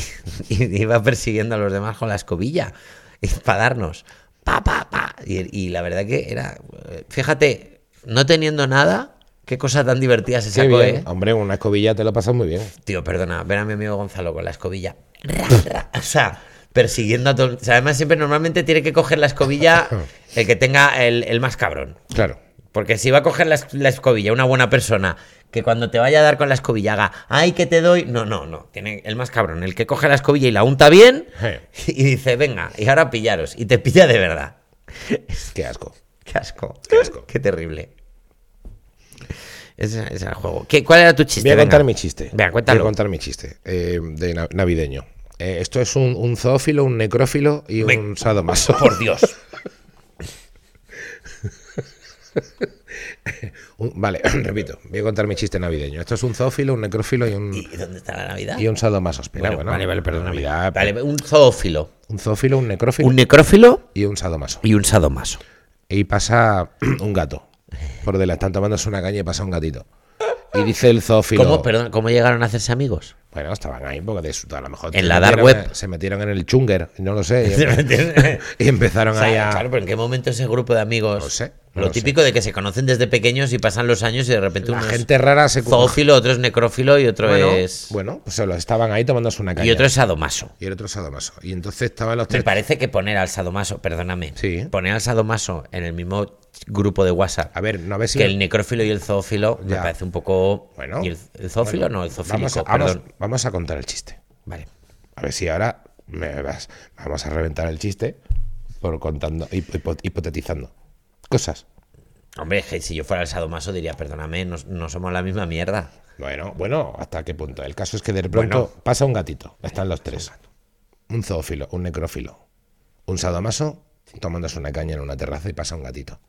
S1: y, y iba persiguiendo a los demás con la escobilla y para darnos. Pa, pa, pa. Y, y la verdad que era, eh, fíjate, no teniendo nada, qué cosa tan divertida se
S2: Qué
S1: sacó,
S2: bien.
S1: ¿eh?
S2: Hombre, una escobilla te lo pasas muy bien.
S1: Tío, perdona, ver a mi amigo Gonzalo con la escobilla. Ra, ra, o sea, persiguiendo a todo. o sea, además, siempre normalmente tiene que coger la escobilla el que tenga el, el más cabrón.
S2: Claro.
S1: Porque si va a coger la, es- la escobilla una buena persona, que cuando te vaya a dar con la escobilla haga, ay, que te doy. No, no, no. Tiene el más cabrón, el que coge la escobilla y la unta bien
S2: Je,
S1: y dice, venga, y ahora pillaros. Y te pilla de verdad.
S2: Qué asco.
S1: Qué asco.
S2: Qué asco.
S1: Qué terrible. Ese ese es el juego. ¿Qué, ¿Cuál era tu chiste?
S2: Voy a
S1: Venga.
S2: contar mi chiste.
S1: Venga, cuéntalo.
S2: Voy a contar mi chiste eh, de na- navideño. Eh, esto es un, un zoófilo, un necrófilo y
S1: Ven.
S2: un sadomaso.
S1: Por Dios.
S2: Un- vale, repito. Voy a contar mi chiste navideño. Esto es un zoófilo, un necrófilo y un,
S1: ¿Y dónde está la Navidad?
S2: y un sadomaso. Espera,
S1: Bueno,
S2: bueno,
S1: vale, vale, perdón.
S2: Navidad,
S1: Vale, un zoófilo,
S2: Un zoófilo, un necrófilo
S1: un necrófilo
S2: y un sadomaso.
S1: y un sadomaso.
S2: Y pasa un gato. Por delante, están tomándose una caña y pasa un gatito. Y dice el zoófilo.
S1: ¿Cómo, perdón, ¿Cómo llegaron a hacerse amigos?
S2: Bueno, estaban ahí porque de su- a lo mejor.
S1: En
S2: se
S1: la dark
S2: metieron-
S1: web.
S2: Se metieron en el chunger, no lo sé.
S1: Se metieron-
S2: Y, y empezaron
S1: O sea,
S2: ahí a.
S1: Claro, pero ¿en qué momento ese grupo de amigos?
S2: No sé, no
S1: lo
S2: lo
S1: típico de que se conocen desde pequeños y pasan los años y de repente
S2: La
S1: uno
S2: gente rara se
S1: es zoófilo, otro es necrófilo y otro es.
S2: Bueno, pues se lo estaban ahí tomándose una caña.
S1: y otro es sadomaso.
S2: Y el otro sadomaso. Y entonces estaban los
S1: Me
S2: tres.
S1: parece que poner al sadomaso, perdóname,
S2: Sí.
S1: poner al sadomaso en el mismo grupo de WhatsApp
S2: A ver, no a ver si.
S1: que el necrófilo y el zoófilo me
S2: Ya.
S1: parece un poco.
S2: Bueno.
S1: ¿Y el, el zoófilo? no, el
S2: vamos,
S1: zoofílico,
S2: a, vamos-
S1: perdón.
S2: vamos a contar el chiste.
S1: Vale.
S2: A ver si ahora me vas. Vamos a reventar el chiste por contando, hipo- hipotetizando cosas.
S1: Hombre, es que si yo fuera el sadomaso diría, perdóname, no, no somos la misma mierda.
S2: Bueno, bueno, ¿hasta qué punto? El caso es que de pronto pasa un gatito. Están los tres. un zoófilo, un necrófilo, un sadomaso tomándose una caña en una terraza y pasa un gatito.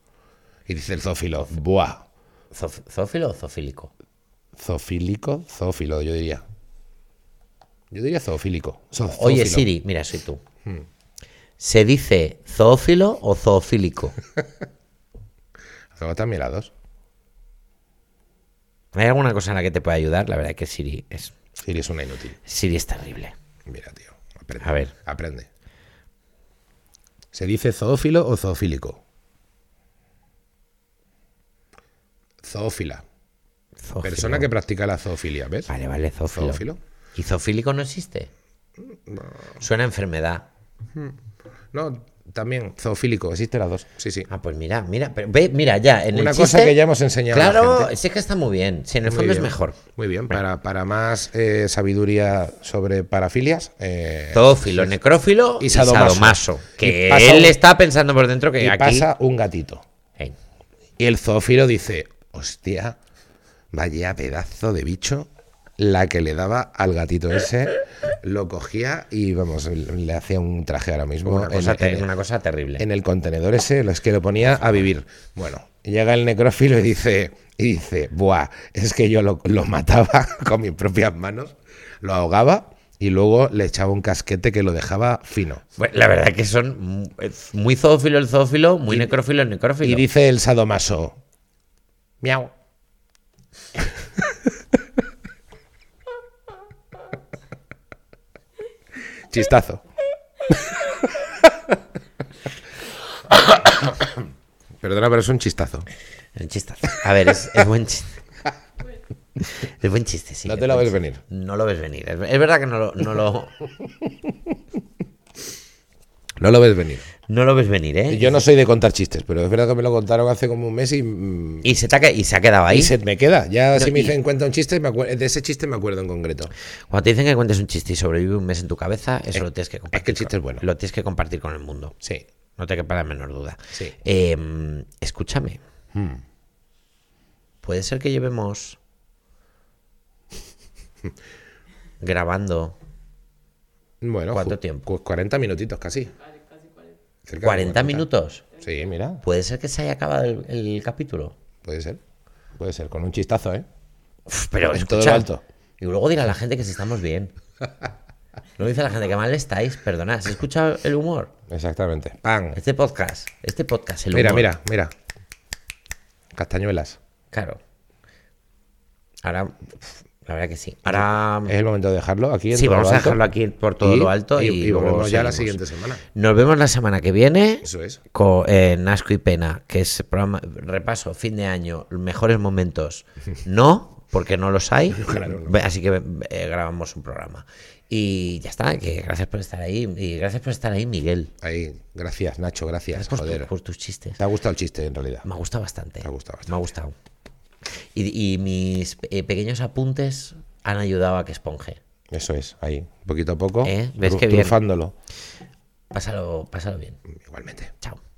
S2: Y dice el zoófilo, ¡buah!
S1: Zof- ¿Zófilo o zofílico?
S2: Zoofílico, zoófilo, yo diría. Yo diría zoofílico. Zo-
S1: Oye,
S2: zoófilo. Hmm.
S1: Siri, mira, soy tú. ¿Se dice zoófilo o zoofílico?
S2: Arrebatan mirados.
S1: ¿Hay alguna cosa en la que te pueda ayudar? La verdad es que Siri es,
S2: Siri es una inútil.
S1: Siri es terrible.
S2: Mira, tío. Aprende.
S1: A ver.
S2: Aprende. ¿Se dice zoófilo o zoofílico? Zoófila.
S1: Zoófilo.
S2: Persona que practica la zoofilia, ¿ves?
S1: Vale, vale, zoófilo.
S2: Zoófilo.
S1: ¿Y zoofílico no existe? Suena a enfermedad.
S2: No, también zoofílico, existen las dos. Sí, sí.
S1: Ah, pues mira, mira, pero ve, mira, ya, en el
S2: Una cosa
S1: chiste-
S2: que ya hemos enseñado a la
S1: Claro,
S2: gente.
S1: sí que está muy bien. Si en el
S2: Muy
S1: fondo es
S2: bien.
S1: mejor.
S2: Muy bien, para, para más eh, sabiduría sobre parafilias. eh,
S1: Zoófilo, necrófilo
S2: Y
S1: y
S2: sadomaso.
S1: sadomaso.
S2: Y
S1: que
S2: pasa
S1: él
S2: un-
S1: está pensando por dentro que
S2: y
S1: aquí.
S2: pasa un gatito.
S1: Eh,
S2: Y el zoófilo dice, hostia, vaya pedazo de bicho la que le daba al gatito ese, lo cogía y vamos, le hacía un traje ahora mismo.
S1: una,
S2: en-
S1: cosa te-
S2: en-
S1: una cosa terrible.
S2: en el contenedor ese, los que lo ponía a vivir. Bueno, llega el necrófilo y dice, y dice, buah, es que yo lo, lo mataba con mis propias manos, lo ahogaba y luego le echaba un casquete que lo dejaba fino.
S1: Bueno, la verdad que son mu- es muy zoófilo el zoófilo, muy necrófilo el necrófilo.
S2: Y dice el sadomaso, miau. Chistazo. Perdona, pero es un chistazo.
S1: El chistazo. A ver, es, es buen chiste. Es buen chiste, sí.
S2: No
S1: es
S2: te lo
S1: buen
S2: ves
S1: chiste.
S2: venir.
S1: No lo ves venir. Es, es verdad que no lo, no, lo,
S2: No lo ves venir.
S1: no lo ves venir, ¿eh?
S2: Yo no soy de contar chistes, pero es verdad que me lo contaron hace como un mes y, mm,
S1: Y, se te ha, que- y se ha quedado ahí.
S2: y se me queda. Ya si me
S1: y-
S2: dicen cuenta un chiste, me acuer- de ese chiste me acuerdo en concreto.
S1: Cuando te dicen que cuentes un chiste y sobrevive un mes en tu cabeza, eso lo tienes que compartir.
S2: chiste
S1: con-
S2: es bueno.
S1: Lo tienes que compartir con el mundo.
S2: Sí.
S1: No te quepa la menor duda.
S2: Sí. Hmm.
S1: Eh, escúchame. Puede ser que llevemos grabando
S2: Bueno,
S1: ¿Cuánto
S2: ju-
S1: tiempo?
S2: cu- 40 minutitos casi. Cerca de
S1: 40 minutos.
S2: Sí, mira,
S1: Puede ser que se haya acabado el, el capítulo.
S2: puede ser. Puede ser, con un chistazo, ¿eh?
S1: Uf, pero
S2: En
S1: es
S2: todo lo alto.
S1: Y luego dirá la gente que si estamos bien. Lo dice la gente que mal estáis. Perdona, ¿se escucha el humor?
S2: Exactamente. Pan.
S1: Este podcast, este podcast, el humor.
S2: Mira, mira, mira. Castañuelas.
S1: Claro. Ahora, uf, la verdad que sí. Ahora.
S2: Es el momento de dejarlo aquí. en
S1: Sí,
S2: todo
S1: vamos
S2: lo
S1: a
S2: alto.
S1: dejarlo aquí por todo
S2: Y-
S1: lo alto y,
S2: y
S1: luego
S2: volvemos ya la
S1: seguimos.
S2: siguiente semana.
S1: Nos vemos la semana que viene
S2: Eso es.
S1: con eh, Nasco y Pena, que es programa, repaso, fin de año, mejores momentos. No, porque no los hay. Ve- Así que eh, grabamos un programa. Y ya está, que gracias por estar ahí. Y gracias por estar ahí, Miguel.
S2: Ahí, gracias, Nacho, gracias.
S1: Gracias por, tu-
S2: Joder.
S1: por tus chistes.
S2: Te ha gustado el chiste, en realidad.
S1: Me ha gustado bastante.
S2: Te ha gustado bastante.
S1: Me ha gustado. Y, y mis eh, pequeños apuntes han ayudado a que esponje.
S2: Eso es, ahí, poquito a poco,
S1: ¿Eh? ¿Ves
S2: tru-
S1: qué bien?
S2: trufándolo.
S1: Pásalo, pásalo bien.
S2: Igualmente.
S1: Chao.